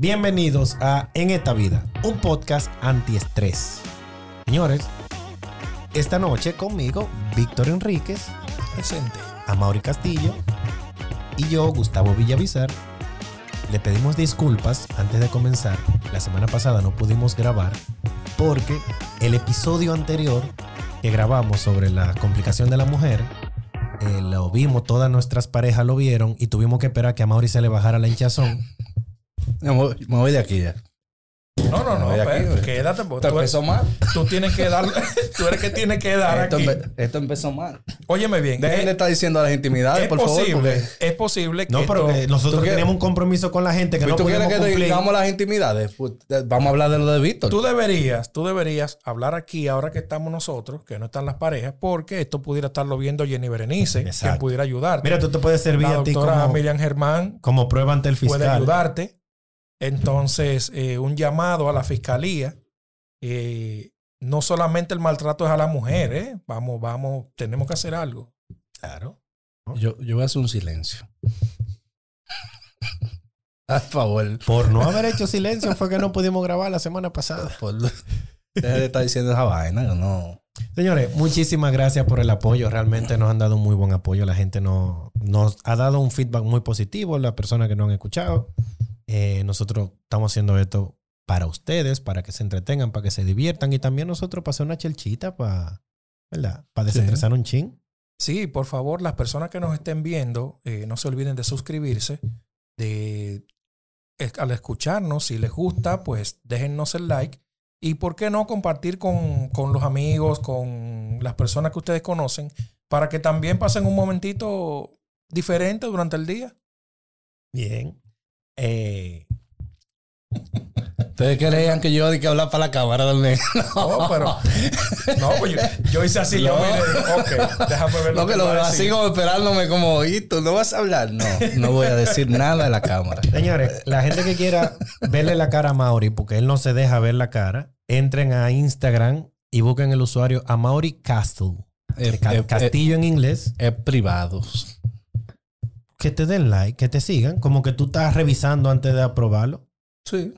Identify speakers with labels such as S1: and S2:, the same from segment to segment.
S1: Bienvenidos a En esta vida, un podcast antiestrés. Señores, esta noche conmigo Víctor Enríquez,
S2: Presente.
S1: Amaury Castillo y yo, Gustavo Villavizar. Le pedimos disculpas antes de comenzar. La semana pasada no pudimos grabar porque el episodio anterior que grabamos sobre la complicación de la mujer, eh, lo vimos, todas nuestras parejas lo vieron y tuvimos que esperar que a Mauri se le bajara la hinchazón.
S3: No, me voy- me voy de aquí ya.
S2: No, no,
S3: No,
S2: no,
S3: de aquí,
S2: espérate,
S3: de-
S2: quédate. porque
S3: Esto
S2: Tú, eres-
S3: empezó mal.
S2: tú tienes que dar. tú eres que tienes que dar
S3: Esto,
S2: aquí.
S3: empe- esto empezó mal.
S2: Óyeme bien.
S3: Dejen de
S2: Es,
S3: estar diciendo a las intimidades,
S2: es
S3: por favor.
S2: posible.
S3: Porque,
S2: es posible que.
S1: No, pero
S2: esto-
S1: que nosotros
S3: ¿Tú quieres-
S1: tenemos un compromiso con la gente que
S3: Si
S1: no
S3: tú quieres
S1: podemos
S3: que
S1: cumplir.
S3: digamos las intimidades, pues, eh, vamos a hablar de lo de Víctor.
S2: Tú deberías, tú deberías hablar aquí ahora que estamos nosotros, que no están las parejas, porque esto pudiera estarlo viendo Jenny Berenice,
S1: Exacto.
S2: que pudiera ayudarte.
S1: Mira, tú te puedes servir
S2: la
S1: a ti
S2: doctora
S1: como,
S2: Miriam Germán
S1: como prueba ante el
S2: puede
S1: fiscal.
S2: ayudarte. Entonces, eh, un llamado a la fiscalía. eh, no solamente el maltrato es a la mujer, ¿eh? Vamos, vamos, tenemos que hacer algo.
S1: Claro.
S3: Yo, yo voy a hacer un silencio. Por favor.
S1: Por no haber hecho silencio fue que no pudimos grabar la semana pasada.
S3: Por... Deja de estar diciendo esa vaina. que No.
S1: Señores, muchísimas gracias por el apoyo. Realmente nos han dado un muy buen apoyo. La gente no, nos ha dado un feedback muy positivo. Las personas que nos han escuchado. Eh, nosotros estamos haciendo esto para ustedes, para que se entretengan, para que se diviertan. Y también nosotros para hacer una chelchita, para, ¿verdad? Para desestresar un chin.
S2: Sí, por favor, las personas que nos estén viendo, eh, no se olviden de suscribirse, de es- al escucharnos, si les gusta, pues déjennos el like. Y por qué no compartir con, con los amigos, con las personas que ustedes conocen, para que también pasen un momentito diferente durante el día.
S1: Bien. Eh,
S3: Ustedes creían que yo di que hablar para la cámara del negro.
S2: No, pero. No, pues yo, yo hice así,
S3: No.
S2: yo vine, digo, ok, déjame ver
S3: No, que
S2: que
S3: lo
S2: va
S3: veo
S2: a
S3: así
S2: decir.
S3: como esperándome como, ¿y tú no vas a hablar? No, no voy a decir nada de la cámara.
S1: Señores, la gente que quiera verle la cara a Mauri, porque él no se deja ver la cara, entren a Instagram y busquen el usuario a Mauri Castle.
S3: Es,
S1: Ca-
S3: es-
S1: Castillo en inglés.
S3: es- es privados.
S1: Que te den like, que te sigan, como que tú estás revisando antes de aprobarlo.
S3: Sí.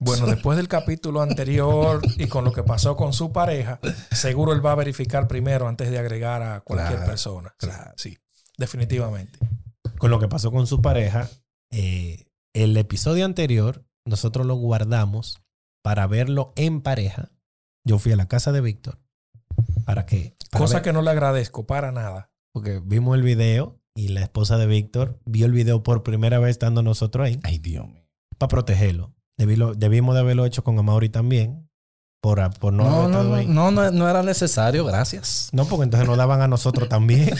S2: Bueno, después del capítulo anterior y con lo que pasó con su pareja, seguro él va a verificar primero antes de agregar a cualquier
S3: Claro,
S2: persona.
S3: claro.
S2: Sí, definitivamente.
S1: Con lo que pasó con su pareja, eh, el episodio anterior nosotros lo guardamos para verlo en pareja. Yo fui a la casa de Víctor. ¿Para qué? Para
S2: Cosa
S1: ver-
S2: que no le agradezco para nada.
S1: Porque vimos el video y la esposa de Víctor vio el video por primera vez estando nosotros ahí
S3: Ay, Dios mío.
S1: para protegerlo. Debilo- debimos de haberlo hecho con Amaury también por, ah, por no, haber
S3: No, no,
S1: estado
S3: no,
S1: ahí.
S3: no, no, no era necesario, gracias.
S1: No, porque entonces nos daban a nosotros también.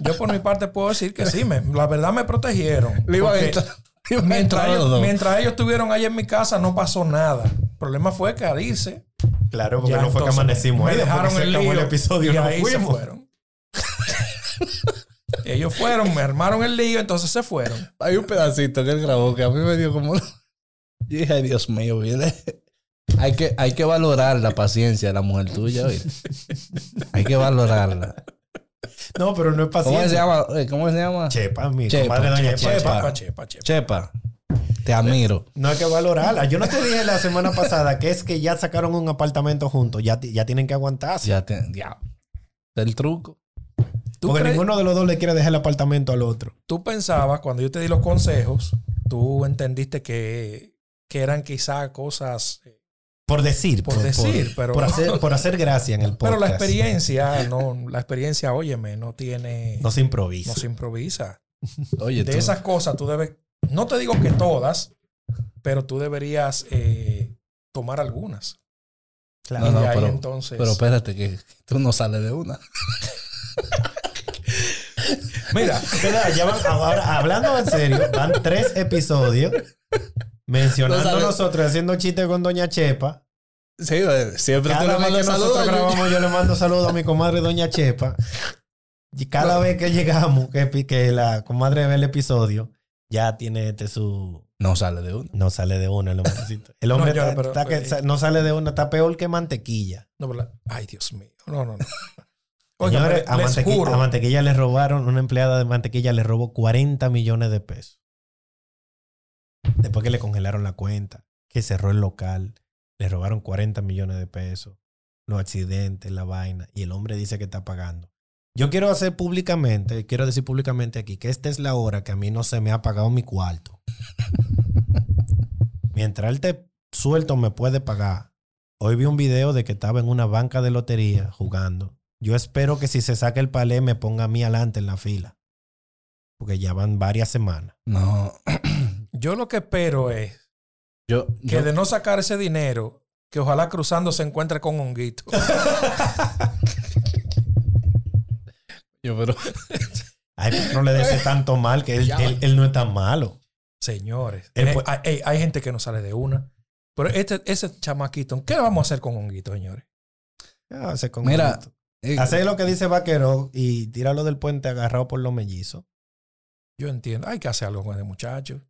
S2: Yo por mi parte puedo decir que sí, me- la verdad me protegieron.
S3: Le iba a
S2: Porque
S3: entrar- le iba a entrar
S2: mientras,
S3: a los
S2: ellos,
S3: dos.
S2: mientras ellos estuvieron ahí en mi casa no pasó nada. El problema fue que al irse,
S1: Claro,
S2: ya entonces me
S1: después que
S2: dejaron
S1: se
S2: el,
S1: acabó
S2: lío
S1: episodio
S2: y
S1: nos
S2: ahí se
S1: fuimos.
S2: fueron. ellos fueron, me armaron el lío, entonces se fueron.
S3: Hay un pedacito que él grabó que a mí me dio como... Yo dije, "Ay, Dios mío, viene. Hay que, hay que valorar la paciencia de la mujer tuya, oye. Hay que valorarla.
S1: No, pero no es
S3: ¿Cómo se
S1: paciente.
S3: llama? Eh, ¿Cómo se llama?
S1: Chepa, mi
S3: Chepa,
S1: comadre doña
S3: Chepa.
S1: Chepa.
S2: Chepa, chepa, chepa.
S3: Chepa, te admiro.
S1: No hay que valorarla. Yo no te dije la semana pasada que es que ya sacaron un apartamento juntos. Ya, ti- ya tienen que aguantarse.
S3: Ya te... Ya. El truco.
S2: ¿Tú
S1: Porque
S2: crees-
S1: ninguno de los dos le quiere dejar el apartamento al otro.
S2: tú pensabas, cuando yo te di los consejos, tú entendiste que, que eran quizá cosas eh,
S1: Por decir.
S2: por decir, pero,
S1: Por hacer, por hacer gracia en el
S2: pero
S1: podcast.
S2: la experiencia, no, la experiencia, óyeme, no tiene,
S1: No
S2: no,
S1: se improvisa.
S2: se improvisa.
S3: Oye,
S2: De
S3: tú-
S2: esas cosas tú debes, no te digo que todas, pero tú deberías eh, tomar algunas.
S1: Claro.
S2: y
S3: No,
S2: de
S3: no,
S2: ahí
S3: pero-
S2: entonces.
S3: Pero espérate, que tú no sales de una.
S2: mira,
S1: Espera, ya van- ahora, hablando en serio, van tres episodios mencionando
S3: No sabe-
S1: nosotros haciendo chistes con Doña Chepa.
S3: Sí, eh, siempre tú
S1: Cada
S3: le
S1: vez que
S3: mandas
S1: nosotros
S3: saludos. yo-
S1: grabamos, yo le mando saludos a mi comadre Doña Chepa. Y cada vez que llegamos, que, pi- que la comadre ve el episodio, ya tiene este su.
S3: No sale de una.
S1: No sale de una, el hombrecito. El hombre
S2: No, yo-
S1: está-
S2: pero- eh.
S1: está que sa- no sale de una, está peor que mantequilla.
S2: no, la- ay Dios mío, no, no, no. Oigan,
S1: Señores, a,
S2: les
S1: Mantequi-
S2: juro,
S1: a Mantequilla le robaron, una empleada de Mantequilla le robó 40 millones de pesos. Después que le congelaron la cuenta, que cerró el local, le robaron 40 millones de pesos, los accidentes, la vaina, y el hombre dice que está pagando. Yo quiero hacer públicamente, quiero decir públicamente aquí que esta es la hora que a mí no se me ha pagado mi cuarto. Mientras él te suelto me puede pagar. Hoy vi un video de que estaba en una banca de lotería jugando. Yo espero que si se saca el palé me ponga a mí adelante en la fila. Porque ya van varias semanas.
S3: No.
S2: Yo lo que espero es
S3: Yo,
S2: que
S3: yo-
S2: de no sacar ese dinero, que ojalá cruzando se encuentre con honguito.
S3: yo, pero
S1: Ay, pero no le desee tanto mal, que él,
S2: Ya.
S1: él- él no es tan malo.
S2: Señores,
S1: Él
S2: eh,
S3: pues
S1: pu-
S2: hay, hay- hay gente que no sale de una. Pero este, ese chamaquito, ¿qué le vamos a hacer con honguito, señores?
S1: Ya, se con-
S3: Mira, eh,
S1: Hacer lo que dice Vaquero y tíralo del puente agarrado por los mellizos.
S2: Yo entiendo, hay que hacer algo con ese muchacho.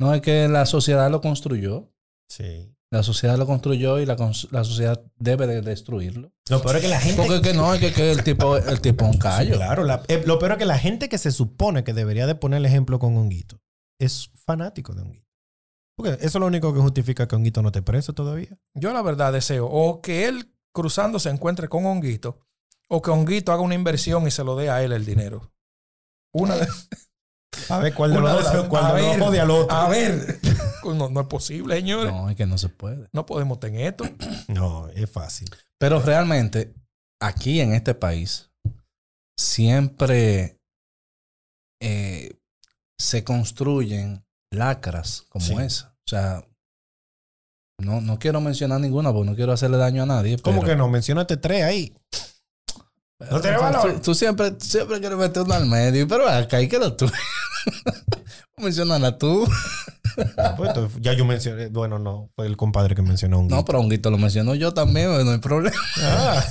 S3: no es que la sociedad lo construyó.
S1: Sí.
S3: La sociedad lo construyó y la, cons- la sociedad debe de destruirlo.
S1: Lo peor es que la gente.
S3: Porque es que no, es que, que el tipo el tipo es un callo.
S1: Claro, la- eh, lo peor es que la gente que se supone que debería de poner el ejemplo con Honguito es fanático de Honguito. Porque eso es lo único que justifica que Honguito no te preso todavía.
S2: Yo la verdad deseo o que él cruzando se encuentre con honguito o que honguito haga una inversión y se lo dé a él el dinero. Una de-
S1: A ver cuál de
S2: Una
S1: los
S2: de
S1: dos
S2: las-
S1: cuál de
S2: a
S1: los dos
S2: ver,
S1: jode al otro.
S2: A ver, no, no es posible, señores. No.
S3: No, es que no se puede.
S2: podemos tener esto.
S1: No, es fácil.
S3: Pero realmente, aquí en este país, siempre eh, se construyen lacras como
S1: Sí.
S3: esa. O sea, no, no quiero mencionar ninguna porque no quiero hacerle daño a nadie.
S1: ¿Cómo
S3: pero-
S1: que no? Mencionaste tres ahí. No tiene
S3: Tú-
S1: valor.
S3: Tú, tú siempre, siempre quieres meter uno al medio, pero acá hay que lo tú. Mencionala tú.
S1: Pues, entonces, ya yo mencioné. Bueno, no. Fue el compadre que mencionó a Honguito.
S3: No, pero Honguito lo menciono yo también, no hay problema.
S1: Ah.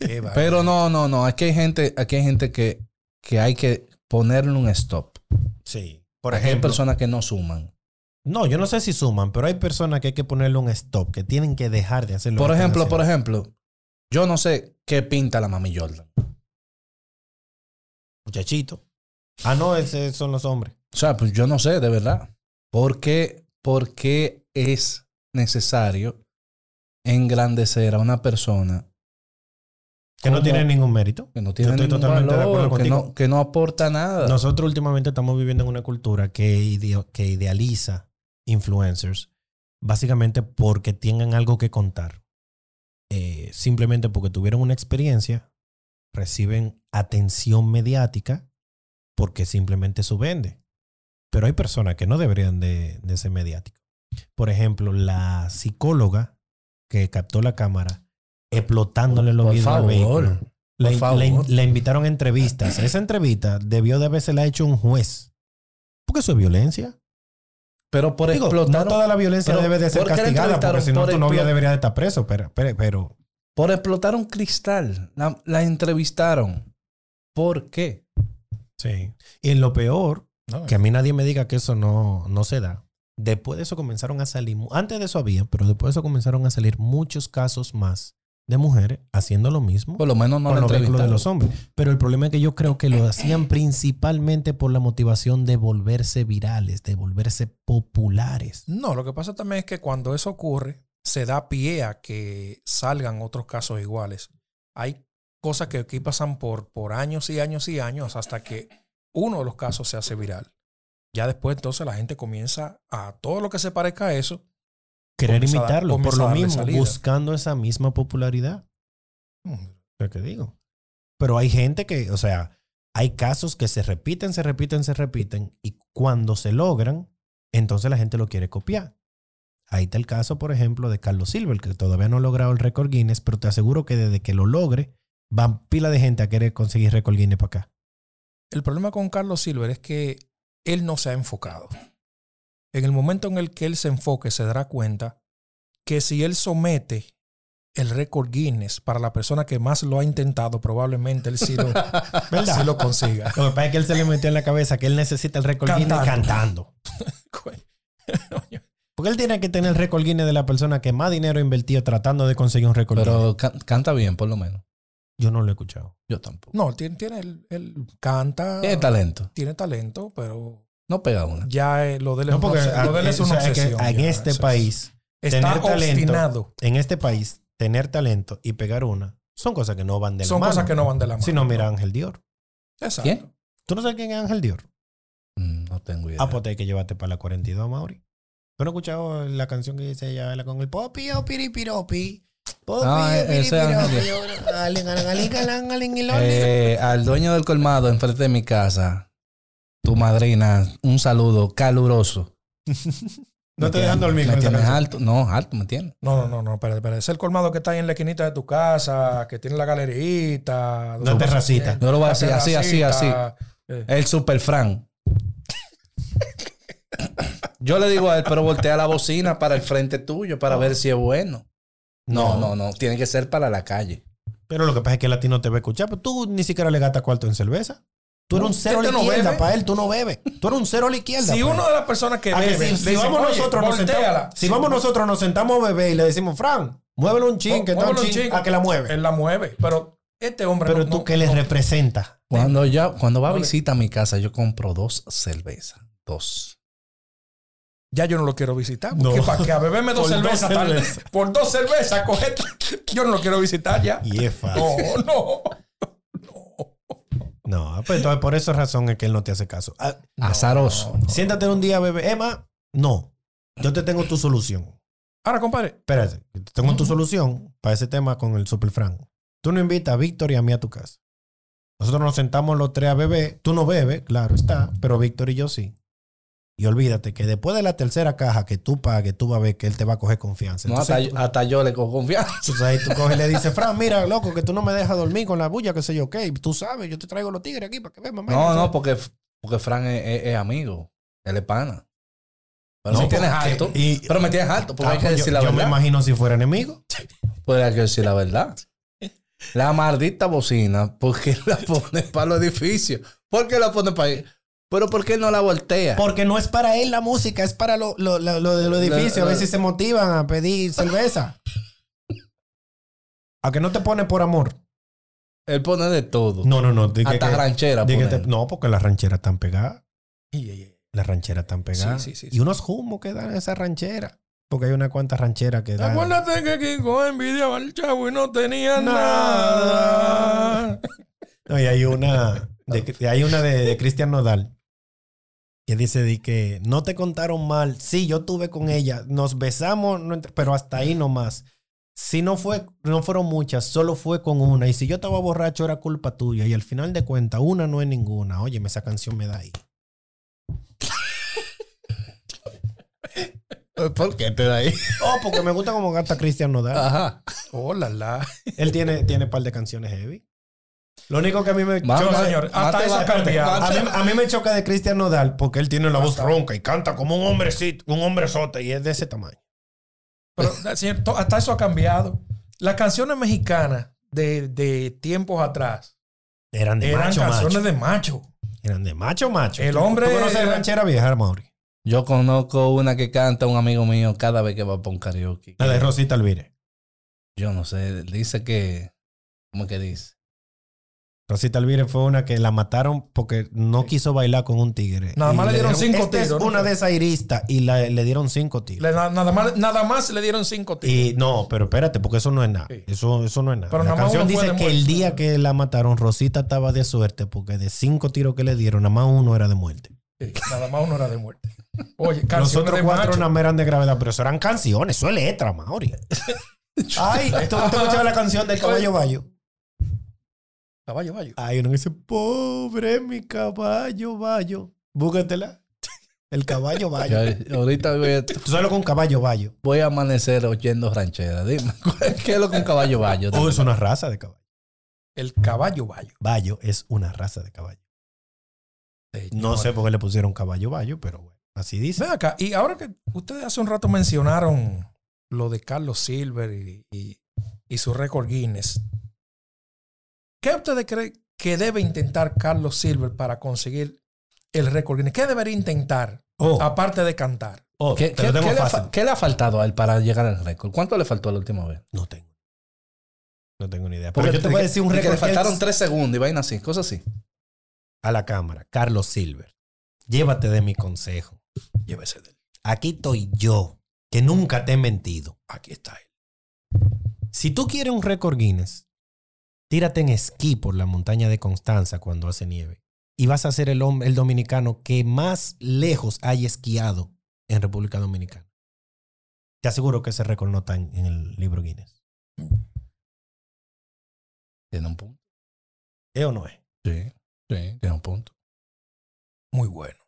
S2: Qué va-
S3: Pero no, no, no. Aquí hay gente, aquí hay gente que, que hay que ponerle un stop.
S1: Sí. Por
S3: Aquí hay
S1: ejemplo.
S3: personas que no suman.
S1: No, yo no sé si suman, pero hay personas que hay que ponerle un stop, que tienen que dejar de hacerlo.
S3: Por ejemplo, por ejemplo, yo no sé qué pinta la mami Jordan.
S1: Muchachito. Ah, no, esos son los hombres.
S3: O sea, pues yo no sé, de verdad. ¿Por qué, por qué es necesario engrandecer a una persona
S1: Que no
S3: ¿Cómo?
S1: tienen ningún mérito.
S3: que pues, no tiene
S1: estoy
S3: ningún
S1: totalmente de
S3: valor,
S1: acuerdo
S3: que
S1: contigo.
S3: no, que no aporta nada?
S1: Nosotros últimamente estamos viviendo en una cultura que, ideo- que idealiza influencers básicamente porque tengan algo que contar. Eh, simplemente porque tuvieron una experiencia, reciben atención mediática porque simplemente eso vende. Pero hay personas que no deberían de, de ser mediáticas. Por ejemplo, la psicóloga que captó la cámara explotándole los
S3: Por
S1: vidrios al
S3: favor.
S1: vehículo. Le,
S3: Por favor.
S1: le- le invitaron a entrevistas. Esa entrevista debió de haberse la hecho un juez. Porque eso es violencia.
S3: Pero por
S1: Digo,
S3: explotar,
S1: no toda la violencia
S3: pero
S1: debe de ser
S3: ¿por qué la
S1: castigada, porque
S3: entrevistaron?
S1: si no,
S3: Por
S1: tu novia
S3: explo-
S1: debería de estar preso. Pero, pero, pero
S3: por explotar un cristal, la, la entrevistaron. ¿Por qué?
S1: sí. Y lo peor,
S2: No,
S1: que a mí nadie me diga que eso no, no se da. Después de eso comenzaron a salir, mu- antes de eso había, pero después de eso comenzaron a salir muchos casos más de mujeres haciendo lo mismo.
S3: Por lo menos no
S1: con
S3: la
S1: los vehículos de
S3: entrevistaron.
S1: los hombres. Pero el problema es que yo creo que lo hacían principalmente por la motivación de volverse virales, de volverse populares.
S2: No, lo que pasa también es que cuando eso ocurre, se da pie a que salgan otros casos iguales. Hay cosas que aquí pasan por, por años y años y años hasta que uno de los casos se hace viral. Ya después entonces la gente comienza a todo lo que se parezca a eso.
S1: Querer
S2: Comienza a dar-
S1: imitarlo, por
S2: comienza
S1: lo
S2: a darle
S1: mismo,
S2: salida.
S1: buscando esa misma popularidad.
S2: Mm,
S1: Lo que digo. Pero hay gente que, o sea, hay casos que se repiten, se repiten, se repiten, y cuando se logran, entonces la gente lo quiere copiar. Ahí está el caso, por ejemplo, de Carlos Silver, que todavía no ha logrado el récord Guinness, pero te aseguro que desde que lo logre, van pila de gente a querer conseguir récord Guinness para acá.
S2: El problema con Carlos Silver es que él no se ha enfocado. En el momento en el que él se enfoque, se dará cuenta que si él somete el récord Guinness para la persona que más lo ha intentado, probablemente él sí lo,
S1: ¿Verdad?
S2: sí lo consiga.
S1: Lo que pasa es que él se le metió en la cabeza que él necesita el récord Guinness cantando.
S2: Cantando.
S1: Porque él tiene que tener el récord Guinness de la persona que más dinero ha invertido tratando de conseguir un récord Guinness.
S3: Pero can- canta bien, por lo menos.
S1: Yo no lo he escuchado.
S3: Yo tampoco.
S2: No, tiene, tiene el, el- canta,
S3: Tiene talento.
S2: tiene talento, pero
S3: No pega una.
S2: Ya eh, lo de él es
S1: No,
S2: una
S1: porque
S2: obses- lo de él
S1: a-
S2: es una
S1: o sea, que
S2: obsesión.
S1: en
S2: ya,
S1: este
S2: eso es-
S1: país,
S2: Está
S1: tener talento,
S2: obstinado.
S1: en este país, tener talento y pegar una son cosas que no van de la
S2: Son
S1: mano.
S2: cosas que no van de la mano.
S1: Si no, mira Ángel Dior.
S2: Exacto.
S3: ¿Quién?
S1: ¿Tú no sabes quién es Ángel Dior?
S3: Mm, No tengo idea.
S1: Ah, pues te hay que llevarte para la 42, Mauri. ¿Tú no has escuchado la canción que dice ella la con el popi o piripiropi? Popi
S3: Ah,
S1: o
S3: ese es Ángel
S1: piripiropi. ora, alin, alin, alin, alin, alin, ilon, ilon.
S3: Eh, al dueño del colmado enfrente de mi casa, tu madrina, un saludo caluroso.
S1: No
S3: Me
S1: te
S3: tiene-
S1: dejan dormir
S3: Me
S1: con esa
S3: tienes
S1: canción.
S3: alto. No, alto, me tienes.
S2: No, no, no, no, espérate, espérate. Es el colmado que está ahí en la esquinita de tu casa, que tiene la galerita.
S1: Una terracita.
S3: Yo lo voy a decir así, así, así.
S1: Eh,
S2: Eh,
S3: El super Fran. Yo le digo a él, pero voltea la bocina para el frente tuyo para ver si es bueno. No, no, no. Tiene que ser para la calle.
S1: Pero lo que pasa es que el latino te va a escuchar, pero tú ni siquiera le gastas cuarto en cerveza. Tú eres un cero a la
S2: este no
S1: izquierda
S2: bebe.
S1: para él, tú no bebes. Tú eres un cero a la izquierda.
S2: Si
S1: pa' él.
S2: uno de las personas que
S1: A que
S2: bebe,
S1: si,
S2: le
S1: si
S2: dicen,
S1: vamos
S2: "Oye,
S1: nosotros, nos
S2: voltéala".
S1: sentamos, si vamos nosotros, nos sentamos a beber y le decimos, Fran, muévele un chin, que está un
S2: Muévelo un
S1: chin,
S2: chin.
S1: a que la mueve.
S2: Él la mueve, pero este hombre
S1: Pero
S2: no-
S1: tú
S2: no-
S1: que le
S2: no-
S1: representas.
S3: Cuando, ya, cuando va a
S2: No le-
S3: visita a mi casa, yo compro dos cervezas. Dos.
S2: ya yo no lo quiero visitar.
S1: No.
S2: porque ¿Para qué? A beberme dos
S1: Por dos
S2: cervezas tal-
S1: cervezas.
S2: Por dos cervezas, coge. Yo no lo quiero visitar ya.
S1: Y es fácil.
S2: No, no.
S1: No, pues entonces por esa razón es que él no te hace caso. Ah,
S3: Azaroso.
S2: no, no.
S1: siéntate un día, bebé. Emma, no. Yo te tengo tu solución.
S2: Ahora, compadre,
S1: Espérate, yo te tengo tu solución para ese tema con el Super Frank. Tú no invitas a Víctor y a mí a tu casa. Nosotros nos sentamos los tres a beber. Tú no bebes, claro está, pero Víctor y yo sí. Y olvídate que después de la tercera caja que tú pagues, tú vas a ver que él te va a coger confianza.
S3: No,
S1: Entonces,
S3: hasta,
S1: tú-
S3: yo- hasta yo le cojo confianza.
S1: Entonces ahí tú coges y le dices, Fran, mira, loco, que tú no me dejas dormir con la bulla, que sé yo qué. Y Tú sabes, yo te traigo los tigres aquí para que veas, mamá.
S3: No, no, porque, porque Fran es, es- es amigo. Él es pana. Pero
S1: No,
S3: me tienes
S1: porque-
S3: alto.
S1: y-
S3: pero me tienes alto. Porque
S1: Ah,
S3: hay que
S1: pues yo-
S3: decir la
S1: yo me
S3: verdad.
S1: imagino si fuera enemigo.
S3: Pues hay que decir la verdad. La maldita bocina, ¿por qué la pone para los edificios? ¿Por qué la pone para ahí? Pero ¿por qué no la voltea?
S1: Porque no es para él la música, es para lo, lo, lo- lo de los edificios. A
S3: lo-
S1: ver si se motivan a pedir cerveza. ¿A que no te pone por amor?
S3: Él pone de todo.
S1: No, no, no. di que-
S3: Hasta
S1: que-
S3: ranchera.
S1: di que
S3: pone.
S1: te- no, porque las rancheras están pegadas.
S2: Y- y- y-
S1: Las rancheras están pegadas.
S2: Sí, sí, sí,
S1: Y
S2: sí.
S1: unos humos que dan esas rancheras. Porque hay unas cuantas rancheras que dan.
S2: Acuérdate que Kiko envidiaba al chavo y no tenía
S1: Nada.
S2: nada.
S1: No, y hay una de, que- hay una de, de Cristian Nodal que dice de que no te contaron mal. Sí, yo tuve con ella, nos besamos, no ent- pero hasta ahí nomás. Si no fue, no fueron muchas, solo fue con una. Y si yo estaba borracho, era culpa tuya. Y al final de cuentas, una no es ninguna. Oye, esa canción me da ahí.
S3: Pues, ¿Por qué te da ahí?
S1: Oh, porque me gusta como gasta Cristian Nodal.
S3: Ajá.
S2: Oh, la, la.
S1: Él tiene, tiene par de canciones heavy. Lo único que a mí me.
S3: Va,
S2: Yo,
S3: va,
S2: señor,
S3: va,
S2: hasta
S3: te
S2: eso
S3: va,
S2: ha cambiado.
S3: va,
S1: A
S3: te-
S1: mí, a mí me choca de Cristian Nodal porque él tiene la voz ronca y canta como un hombrecito, un hombrezote y es de ese tamaño.
S2: Pero, eh, señor, to- hasta eso ha cambiado. Las canciones mexicanas de, de tiempos atrás
S1: Eran de
S2: eran
S1: macho,
S2: canciones
S1: macho.
S2: de macho.
S1: Eran de macho, macho.
S2: El
S1: ¿Tú-
S2: hombre-
S1: ¿Tú conoces ranchera vieja, Mauri?
S3: Yo conozco una que canta un amigo mío cada vez que va para un karaoke.
S1: La de Rosita Alvire.
S3: Yo no sé. Dice que. ¿Cómo que dice?
S1: Rosita Alvire fue una que la mataron porque no quiso bailar con un tigre.
S2: Nada
S1: Y
S2: más le dieron cinco
S1: "Esta
S2: tiros,
S1: Es
S2: ¿no?
S1: una desairistas y la- le dieron cinco tiros.
S2: Le- na- nada, más, nada más le dieron cinco tiros.
S1: Y no, pero espérate, porque eso no es nada.
S2: Sí.
S1: Eso, eso no es nada.
S2: Pero
S1: la
S2: nada más
S1: canción
S2: uno fue
S1: dice
S2: de
S1: que el
S2: muerte.
S1: día que la mataron, Rosita estaba de suerte porque de cinco tiros que le dieron, nada más uno era de muerte.
S2: Sí, nada más una hora de muerte. Oye,
S1: Los
S2: canciones
S1: otros
S2: de
S1: cuatro
S2: macho.
S1: nada más eran de gravedad, pero eso eran canciones, eso es letra, Mauri. Ay, ¿tú, tú escuchabas la canción del caballo bayo?
S2: Caballo, caballo.
S1: Hay uno que dice, pobre mi caballo bayo. Búscatela. El caballo
S3: Yo
S1: bayo.
S3: ahorita voy a,
S1: Tú sabes lo que es un caballo bayo.
S3: voy a amanecer oyendo ranchera. Dime, ¿qué es lo que un caballo va? Yo
S1: Oh, es una raza de caballo.
S2: El caballo bayo.
S1: Bayo es una raza de caballo. No
S2: Señor.
S1: sé por qué le pusieron caballo bayo, pero bueno, así dice.
S2: Ven acá, y ahora que ustedes hace un rato mencionaron lo de Carlos Silver y, y- y su récord Guinness, ¿qué ustedes creen que debe intentar Carlos Silver para conseguir el récord Guinness? ¿Qué debería intentar
S1: Oh,
S2: aparte de cantar?
S1: oh,
S3: ¿Qué,
S1: te
S3: qué-
S1: lo tengo
S3: qué le ha,
S1: fácil.
S3: fa- qué le ha faltado a él para llegar al récord? ¿Cuánto le faltó la última vez?
S1: No tengo. No tengo ni idea. Pero yo te voy a
S3: que-
S1: decir un
S3: que
S1: récord
S3: le faltaron
S1: que-
S3: tres segundos y vaina así, cosas así.
S1: a la cámara. Carlos Silver. Llévate de mi consejo.
S2: Llévese de él.
S1: Aquí estoy yo, que nunca te he mentido.
S2: Aquí está él.
S1: Si tú quieres un récord Guinness, tírate en esquí por la montaña de Constanza cuando hace nieve. Y vas a ser el, hom- el dominicano que más lejos haya esquiado en República Dominicana. Te aseguro que ese récord no está en en el libro Guinness.
S3: Tiene un punto.
S1: ¿Es o no es?
S3: Sí, sí, tiene un punto.
S2: Muy bueno.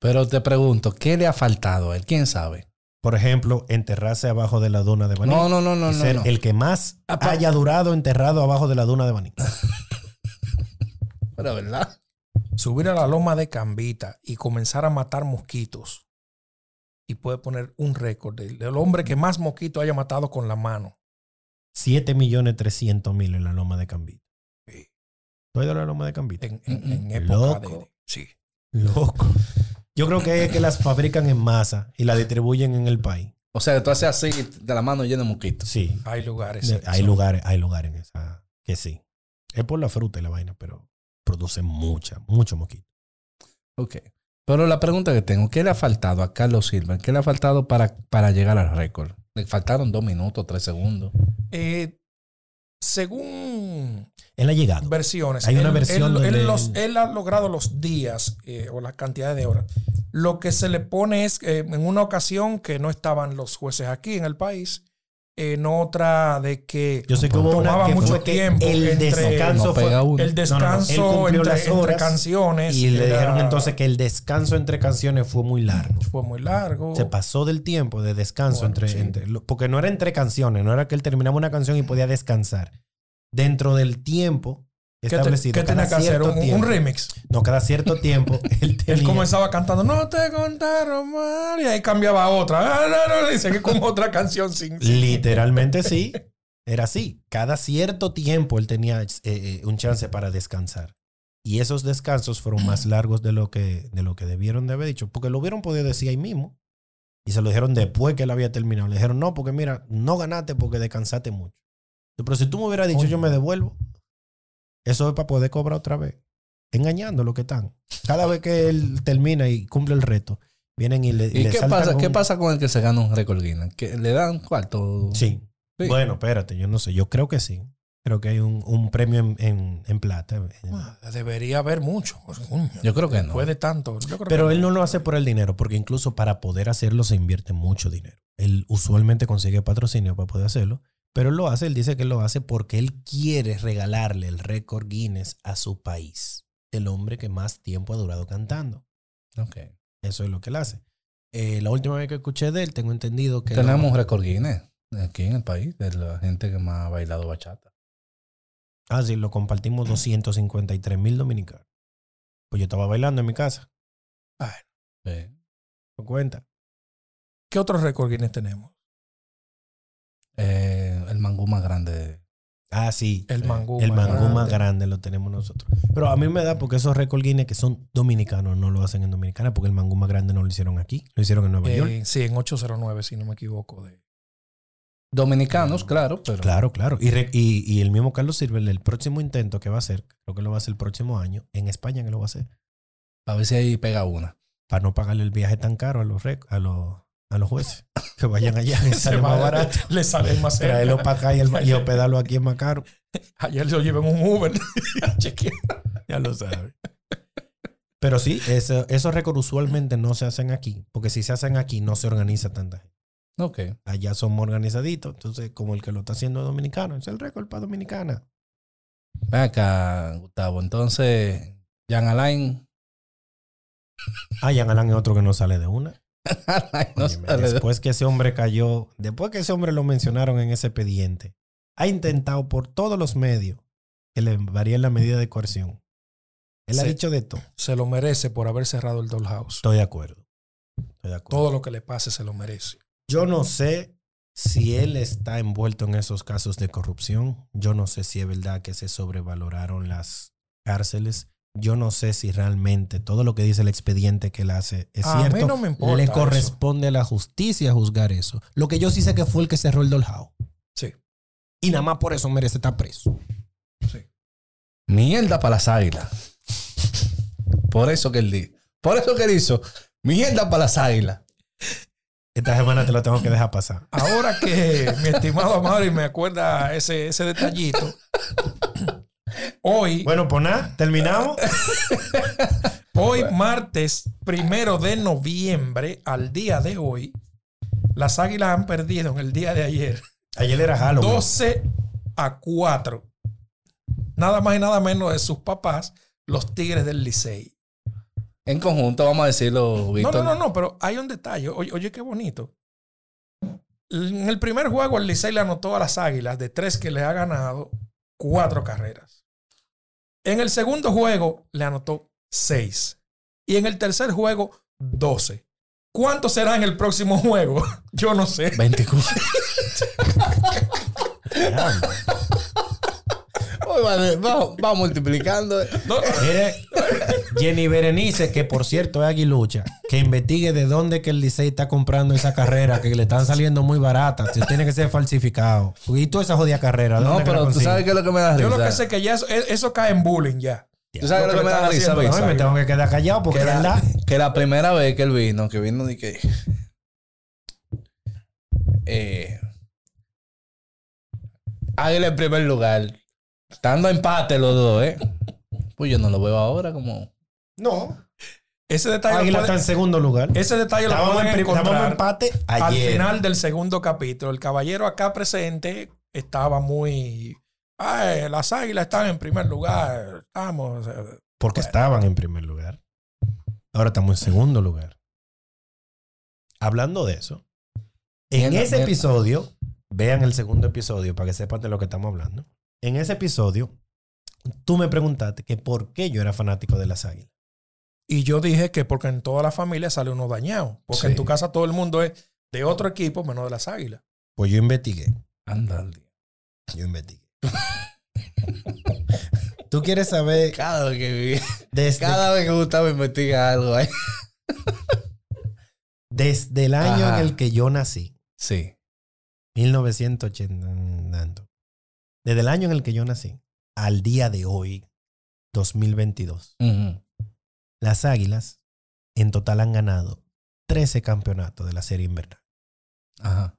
S3: Pero te pregunto, ¿qué le ha faltado a él? ¿Quién sabe?
S1: Por ejemplo, enterrarse abajo de la duna de Baní.
S3: No, no, no, no,
S1: y
S3: no.
S1: ser
S3: no.
S1: el que más
S3: Apa-
S1: haya durado enterrado abajo de la duna de Baní.
S3: Pero, ¿verdad?
S2: Subir a la loma de Cambita y comenzar a matar mosquitos. Y puede poner un récord del, del hombre que más mosquito haya matado con la mano.
S1: 7 millones 300 mil en la loma de Cambita. Estoy de la loma de Cambita.
S2: En, en- en
S3: Mm,
S2: época
S1: loco.
S2: de. Sí.
S1: Loco. Yo creo que es que las fabrican en masa y las distribuyen en el país.
S3: O sea, tú haces así de la mano llena de mosquitos.
S1: Sí.
S2: Hay lugares.
S1: De- hay
S2: son-
S1: lugares, hay lugares en esa que sí. Es por la fruta y la vaina, pero producen mucha, mucho mosquito.
S3: Ok. Pero la pregunta que tengo, ¿qué le ha faltado a Carlos Silva? ¿Qué le ha faltado para, para llegar al récord? Le faltaron dos minutos, tres segundos.
S2: Eh, según
S1: Él ha llegado.
S2: versiones.
S1: Ah, Hay una
S2: él,
S1: versión
S2: él- él
S1: donde-
S2: los- él ha logrado los días eh, o las cantidades de horas. Lo que se le pone es eh, en una ocasión que no estaban los jueces aquí en el país, eh, en otra de que
S1: Yo sé que hubo una
S2: tomaba
S1: que
S2: mucho
S1: fue que
S2: tiempo
S1: el
S2: entre-
S1: descanso
S3: No pega
S1: fue
S3: uno.
S2: el descanso
S1: No, no, no. Él cumplió
S2: entre,
S1: las
S2: entre
S1: horas
S2: canciones
S1: y le
S2: era-
S1: dijeron entonces que el descanso entre canciones fue muy largo.
S2: fue muy largo.
S1: Se pasó del tiempo de descanso
S2: Oh. Bueno,
S1: entre,
S2: sí.
S1: entre- lo- porque no era entre canciones, no era que él terminaba una canción y podía descansar. Dentro del tiempo
S2: ¿Qué te-
S1: establecido.
S2: ¿Qué
S1: cada
S2: tenía que hacer?
S1: cierto
S2: Un, un
S1: tiempo-
S2: remix.
S1: No, cada cierto tiempo él tenía.
S2: Él comenzaba cantando, no te contaron mal, y ahí cambiaba a otra. Ah, no, no, dice que con otra canción sin. sin-
S1: Literalmente sí. Era así. Cada cierto tiempo él tenía eh, eh, un chance para descansar. Y esos descansos fueron más largos de lo que, de lo que debieron de haber dicho. Porque lo hubieran podido decir ahí mismo. Y se lo dijeron después que él había terminado. Le dijeron, no, porque mira, no ganaste porque descansaste mucho. Pero si tú me hubieras dicho,
S2: Coño.
S1: yo me devuelvo. Eso es para poder cobrar otra vez. Engañando lo que están. Cada vez que él termina y cumple el reto, vienen y le.
S3: ¿Y
S1: le
S3: qué
S1: saltan
S3: pasa, qué
S1: un-
S3: pasa con el que se gana un récord Guinness? ¿Que ¿Le dan cuarto?
S1: Sí.
S3: Sí.
S1: Bueno, espérate, yo no sé. Yo creo que sí. Creo que hay un, un premio en, en- en plata.
S2: Ah, Debería haber mucho. pues, coño.
S3: Yo creo que no.
S2: Después de tanto. yo creo
S1: Pero
S2: que
S1: él no lo hace por el dinero, porque incluso para poder hacerlo se invierte mucho dinero. Él usualmente consigue patrocinio para poder hacerlo, pero él lo hace, él dice que lo hace porque él quiere regalarle el récord Guinness a su país. El hombre que más tiempo ha durado cantando.
S3: Ok.
S1: Eso es lo que él hace. Eh, la última vez que escuché de él, tengo entendido que... lo-
S3: Tenemos un récord Guinness aquí en el país de la gente que más ha bailado bachata.
S1: Ah, sí, lo compartimos 253 mil dominicanos. Pues yo estaba bailando en mi casa,
S3: Sí.
S1: por cuenta.
S2: ¿Qué otros récord Guinness tenemos?
S3: Eh, el mangú más grande de-
S1: Ah, sí.
S2: El
S3: Sí.
S2: mangú.
S1: El mangú más
S2: grande.
S1: grande lo tenemos nosotros. Pero a mí me da porque esos récord Guinness que son dominicanos no lo hacen en Dominicana porque el mangú más grande no lo hicieron aquí, lo hicieron en Nueva York.
S2: Eh, sí, en 809, si no me equivoco. De...
S3: dominicanos, claro, pero
S1: Claro, claro. Y, re- y, y el mismo Carlos Silver, el próximo intento que va a hacer, creo que lo va a hacer el próximo año, en España que lo va a hacer,
S3: a ver si ahí pega una.
S1: para no pagarle el viaje tan caro a los, rec- a los, a los jueces. Que vayan allá, que
S2: Se
S1: sale más
S2: va-
S1: barato.
S2: Le sale más cerca.
S1: Traerlo para acá y, el, y hospedarlo aquí es más caro.
S2: Ayer lo llevé en un Uber. Chequeé.
S1: Ya lo sabe. Pero sí, eso- esos récords usualmente no se hacen aquí, porque si se hacen aquí no se organiza tanta gente.
S3: Ok.
S1: Allá somos organizaditos, entonces como el que lo está haciendo es dominicano, es el récord para dominicana.
S3: Ven acá, Gustavo. Entonces, Jan Alain,
S1: Ah, Jan Alain es otro que no sale de una.
S3: Alain no
S1: Óyeme,
S3: sale de-
S1: después que ese hombre cayó, después que ese hombre lo mencionaron en ese expediente, ha intentado por todos los medios que le varíen la medida de coerción. Él ha
S2: Sí.
S1: dicho de todo.
S2: Se lo merece por haber cerrado el Dollhouse.
S1: Estoy de acuerdo. Estoy de acuerdo.
S2: Todo lo que le pase se lo merece.
S1: Yo no sé si él está envuelto en esos casos de corrupción. Yo no sé si es verdad que se sobrevaloraron las cárceles. Yo no sé si realmente todo lo que dice el expediente que él hace es
S2: A
S1: cierto.
S2: mí no me importa.
S1: Le
S2: eso.
S1: corresponde a la justicia juzgar eso. Lo que yo sí sé que fue el que cerró el Dollhouse.
S2: Sí.
S1: Y nada más por eso merece estar preso.
S2: Sí.
S3: Mierda para las águilas. Por eso que él dijo. Por eso que él hizo. Mierda para las águilas.
S1: Esta semana te lo tengo que dejar pasar.
S2: Ahora que mi estimado Mauri me acuerda ese, ese detallito, hoy,
S1: Bueno, pues nada, terminamos.
S2: hoy martes primero de noviembre, al día de hoy, las águilas han perdido en el día de ayer
S1: Ayer era Halloween.
S2: 12 a 4. Nada más y nada menos de sus papás, los Tigres del Licey.
S3: En conjunto, vamos a decirlo,
S2: No,
S3: Víctor.
S2: no, no, no, pero hay un detalle. Oye, oye, qué bonito. En el primer juego, el Licey le anotó a las Águilas de tres que le ha ganado cuatro carreras. En el segundo juego, le anotó seis. Y en el tercer juego, doce. ¿Cuánto será en el próximo juego? Yo no sé.
S3: 24.
S1: Caramba.
S3: Oye, vale, vamos, vamos multiplicando.
S2: No,
S1: Mire, Jenny Berenice, que por cierto es aguilucha, que investigue de dónde que el Licey está comprando esa carrera, que le están saliendo muy barata, se tiene que ser falsificado. Y toda esa jodida carrera, ¿dónde
S3: No,
S1: que la
S3: pero tú
S1: consiguen?
S3: sabes qué es lo que me da risa.
S2: yo lo que sé es que ya eso, e, eso cae en bullying ya.
S3: Tú sabes
S2: lo
S3: lo que
S2: que
S3: me da
S2: están
S3: risa,
S2: haciendo,
S1: Ay,
S3: Víctor.
S1: me tengo que quedar callado porque
S3: que,
S1: es verdad.
S3: la, que la primera vez que él vino, que vino de que. Eh, Águila en primer lugar. Estando empate los dos, ¿eh? Pues yo no lo veo ahora como.
S1: No.
S2: Ese detalle
S1: Águila
S2: lo
S1: está
S2: pueden,
S1: en segundo lugar.
S2: ese detalle lo
S1: Estábamos
S2: pueden
S1: en, prim- estábamos en
S2: encontrar.
S1: empate ayer.
S2: Al final del segundo capítulo, el caballero acá presente estaba muy. Ay, las águilas están en primer lugar. Estamos. eh,
S1: Porque estaban en primer lugar. Ahora estamos en segundo lugar. Hablando de eso, en
S3: Mierda,
S1: ese
S3: mierda.
S1: episodio, vean el segundo episodio para que sepan de lo que estamos hablando. En ese episodio, tú me preguntaste que por qué yo era fanático de las águilas.
S2: Y yo dije que porque en toda la familia sale uno dañado. Porque
S3: Sí.
S2: en tu casa todo el mundo es de otro equipo menos de las águilas.
S1: Pues yo investigué.
S3: Andale.
S1: Yo investigué. tú quieres saber
S3: Cada vez que vi-
S1: desde,
S3: cada vez que Gustavo investiga algo ahí.
S1: desde el año
S3: Ajá.
S1: en el que yo nací.
S3: Sí.
S1: 1980 mm, tanto. Desde el año en el que yo nací al día de hoy, 2022,
S3: Ujú.
S1: las Águilas en total han ganado 13 campeonatos de la serie invernal.
S3: Ajá.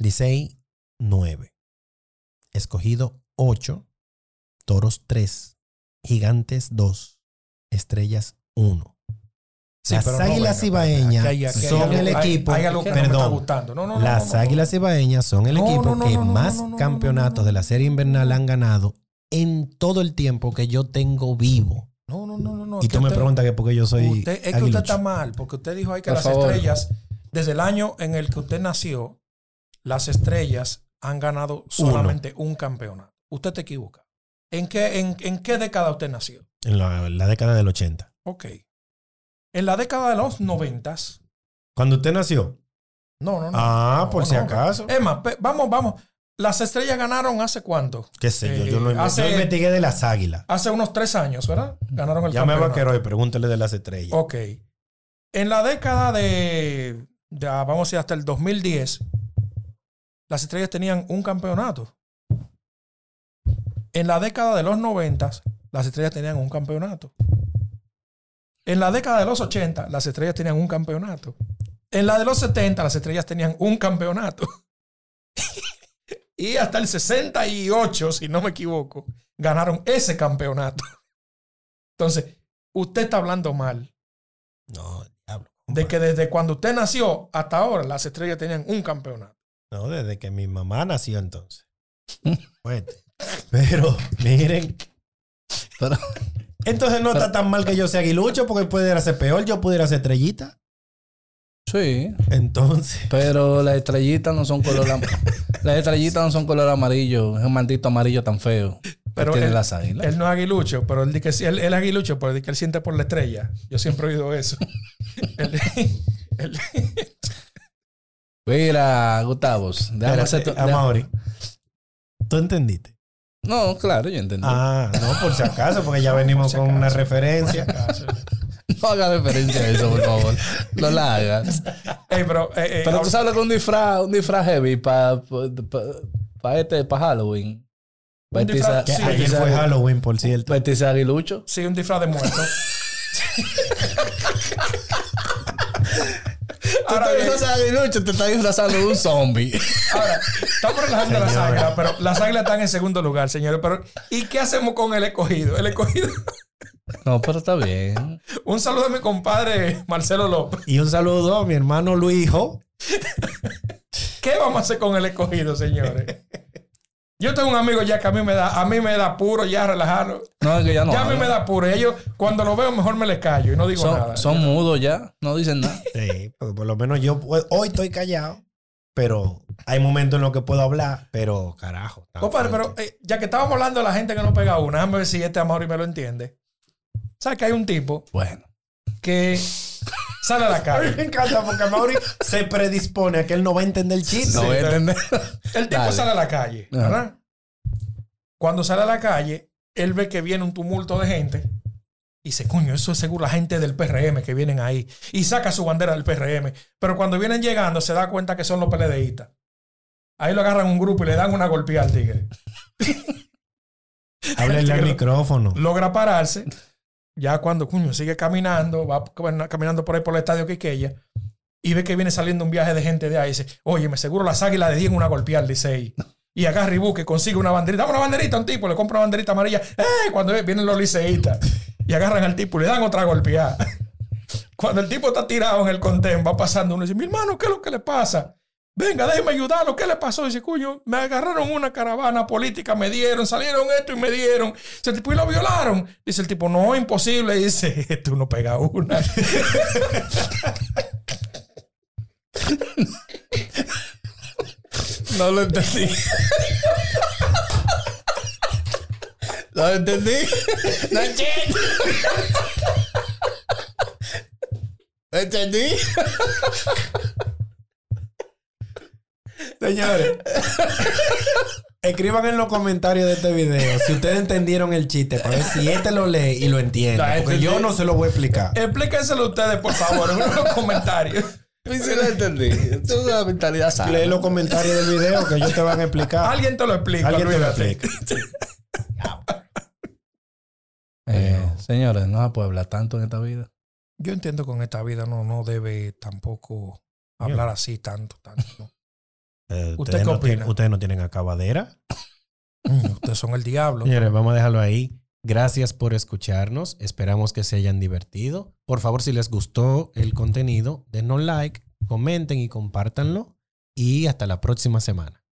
S1: Licey 9, Escogido 8, Toros 3, Gigantes 2, Estrellas 1.
S2: Sí,
S1: Las
S2: pero no,
S1: Águilas
S2: venga, espérate.
S1: Ibaeñas
S2: Aquí hay- aquí hay
S1: son
S2: algo-
S1: el
S2: hay-
S1: equipo-
S2: hay algo que no me está
S1: Perdón.
S2: gustando. No, no, no,
S1: Las
S2: no, no.
S1: Águilas Ibaeñas son el
S2: No,
S1: equipo
S2: no, no,
S1: que
S2: no, no,
S1: más
S2: no, no, no,
S1: campeonatos
S2: no, no.
S1: de la serie invernal han ganado en todo el tiempo que yo tengo vivo.
S2: No, no, no, no, no.
S1: Y
S2: Es que
S1: tú me
S2: usted-
S1: preguntas que por qué yo soy
S2: usted- es que usted
S1: aguilucho.
S2: está mal, porque usted dijo ahí que
S3: Por
S2: las
S3: favor.
S2: estrellas, desde el año en el que usted nació, las estrellas han ganado solamente un campeonato. Usted te equivoca. ¿En qué, en, en qué década usted nació?
S1: en la, la década del 80.
S2: Ok. En la década de los noventas.
S1: Cuando usted nació.
S2: No, no, no.
S1: Ah,
S2: No,
S1: por si
S2: no.
S1: acaso.
S2: Emma, pe- vamos, vamos. Las estrellas ganaron hace cuánto?
S1: Qué sé yo,
S2: eh,
S1: yo no inve-
S2: hace-
S1: yo investigué de las águilas.
S2: Hace unos tres años, ¿verdad? Ganaron el
S1: Llame a
S2: campeonato.
S1: Vaquero y pregúntele de las estrellas.
S2: Ok. En la década de, de- ah, vamos a decir, hasta el 2010, las estrellas tenían un campeonato. En la década de los 90, las estrellas tenían un campeonato. En la década de los 80, las estrellas tenían un campeonato. En la de los 70, las estrellas tenían un campeonato. y hasta el 68, si no me equivoco, ganaron ese campeonato. Entonces, usted está hablando mal
S1: No, diablo.
S2: de que desde cuando usted nació hasta ahora las estrellas tenían un campeonato.
S1: No, desde que mi mamá nació entonces. Fuerte. Pero, miren.
S3: Pero-
S1: Entonces no está tan mal que yo sea aguilucho porque pudiera ser peor, yo pudiera ser estrellita.
S3: Sí.
S1: Entonces,
S3: Pero las estrellitas no son color am- Las estrellitas no son color amarillo. Es un maldito amarillo tan feo.
S2: Pero
S3: Pero tiene
S2: el-
S3: las águilas.
S2: Él no es aguilucho, pero él dice que sí, él, él es aguilucho, pero dice que él siente por la estrella. Yo siempre he oído eso. Él- él-
S3: Mira, Gustavos. Déjame hacer tu-
S1: espérate, a
S3: déjame-
S1: Mauri, ¿tú entendiste?
S3: No, claro, yo entendí.
S1: Ah, no, por si acaso, porque ya venimos
S2: si
S1: con una
S2: acaso.
S1: referencia.
S3: No hagas referencia a eso, por favor. No la hagas.
S2: Ey, pero, eh, eh,
S3: Pero tú
S2: ahora-
S3: sabes lo que un disfraz, un disfraz heavy para este, para Halloween. Pa'
S2: Un
S3: vestirse-
S2: disfraz-
S1: Que
S2: Sí,
S1: ayer
S3: vestirse-
S1: fue Halloween, por cierto.
S3: vestirse de aguilucho.
S2: sí, un disfraz de muerto.
S3: Tú
S2: Ahora
S3: te
S2: bien.
S3: disfrazas de aguilucho, te estás disfrazando de un zombie.
S2: Ahora, estamos relajando las
S1: Señores.
S2: águilas, pero las águilas están en segundo lugar, señores. Pero, ¿y qué hacemos con el escogido? El escogido.
S3: No, pero está bien.
S2: Un saludo a mi compadre Marcelo López.
S1: Y un saludo a mi hermano Luijo.
S2: ¿Qué vamos a hacer con el escogido, señores? Yo tengo un amigo ya que a mí me da, a mí me da puro ya relajarlo.
S3: No, es que ya no.
S2: ya a mí
S3: hablan.
S2: me da puro. Y yo cuando lo veo mejor me les callo y no digo nada.
S3: son, son mudos ya, no dicen nada.
S1: Sí, porque por lo menos yo pues, hoy estoy callado, pero hay momentos en los que puedo hablar, pero carajo. tan
S2: Compadre, pero
S1: fuerte.
S2: eh, ya que estábamos hablando de la gente que no pega una, déjame ver si este amor y me lo entiende. ¿Sabes que hay un tipo
S3: Bueno.
S2: que sale a la
S1: A mí me
S2: calle?
S1: encanta porque Mauri se predispone a que él no va a entender el chiste.
S3: No voy a
S2: está-
S3: entender.
S2: El tipo
S3: Dale.
S2: sale a la calle,
S3: Ajá.
S2: ¿verdad? Cuando sale a la calle, él ve que viene un tumulto de gente y dice, coño, eso es seguro la gente del PRM que vienen ahí. Y saca su bandera del PRM. Pero cuando vienen llegando, se da cuenta que son los PLDistas. Ahí lo agarran un grupo y le dan una golpeada al tigre.
S1: Háblenle al micrófono.
S2: Logra pararse. Ya cuando, coño, sigue caminando, va caminando por ahí por el estadio Quiqueya y ve que viene saliendo un viaje de gente de ahí. Dice, oye, me seguro las águilas le dieron una golpeada al Licey. Y agarra y busca, consigue una banderita. Dame una banderita a un tipo, le compra una banderita amarilla. ¡Eh! Cuando ve- vienen los liceístas y agarran al tipo y le dan otra golpeada. Cuando el tipo está tirado en el contén, va pasando uno y dice, mi hermano, ¿qué es lo que le pasa? Venga, déjeme ayudarlo. ¿Qué le pasó? Dice, cuño, me agarraron una caravana política, me dieron, salieron esto y me dieron. Dice el tipo, y lo violaron. Dice el tipo, no, imposible. Dice, tú no pegas una.
S3: No lo entendí. No lo entendí. No entendí. No entendí.
S1: Señores, escriban en los comentarios de este video si ustedes entendieron el chiste, para ver si este lo lee y lo entiende.
S2: La
S1: Porque
S2: entendí.
S1: yo no se lo voy a explicar.
S2: Explíquenselo ustedes, por favor, en los comentarios.
S3: Sí, lo entendí. Es una mentalidad
S1: Lee
S3: sana.
S1: los comentarios del video que ellos te van a explicar.
S2: Alguien te lo explica.
S1: Alguien te lo
S2: olvídate.
S1: explica.
S3: Eh, señores, no se puede hablar tanto en esta vida.
S2: Yo entiendo que en esta vida no, no debe tampoco hablar así tanto, tanto. ¿no?
S1: Eh,
S2: ¿Usted
S1: ustedes
S2: qué
S1: no
S2: opina?
S1: tienen- ustedes no tienen acabadera.
S2: Mm, Ustedes son el diablo.
S1: Señores, vamos a dejarlo ahí. Gracias por escucharnos. Esperamos que se hayan divertido. Por favor, si les gustó el contenido, denos like, comenten y compártanlo. Y hasta la próxima semana.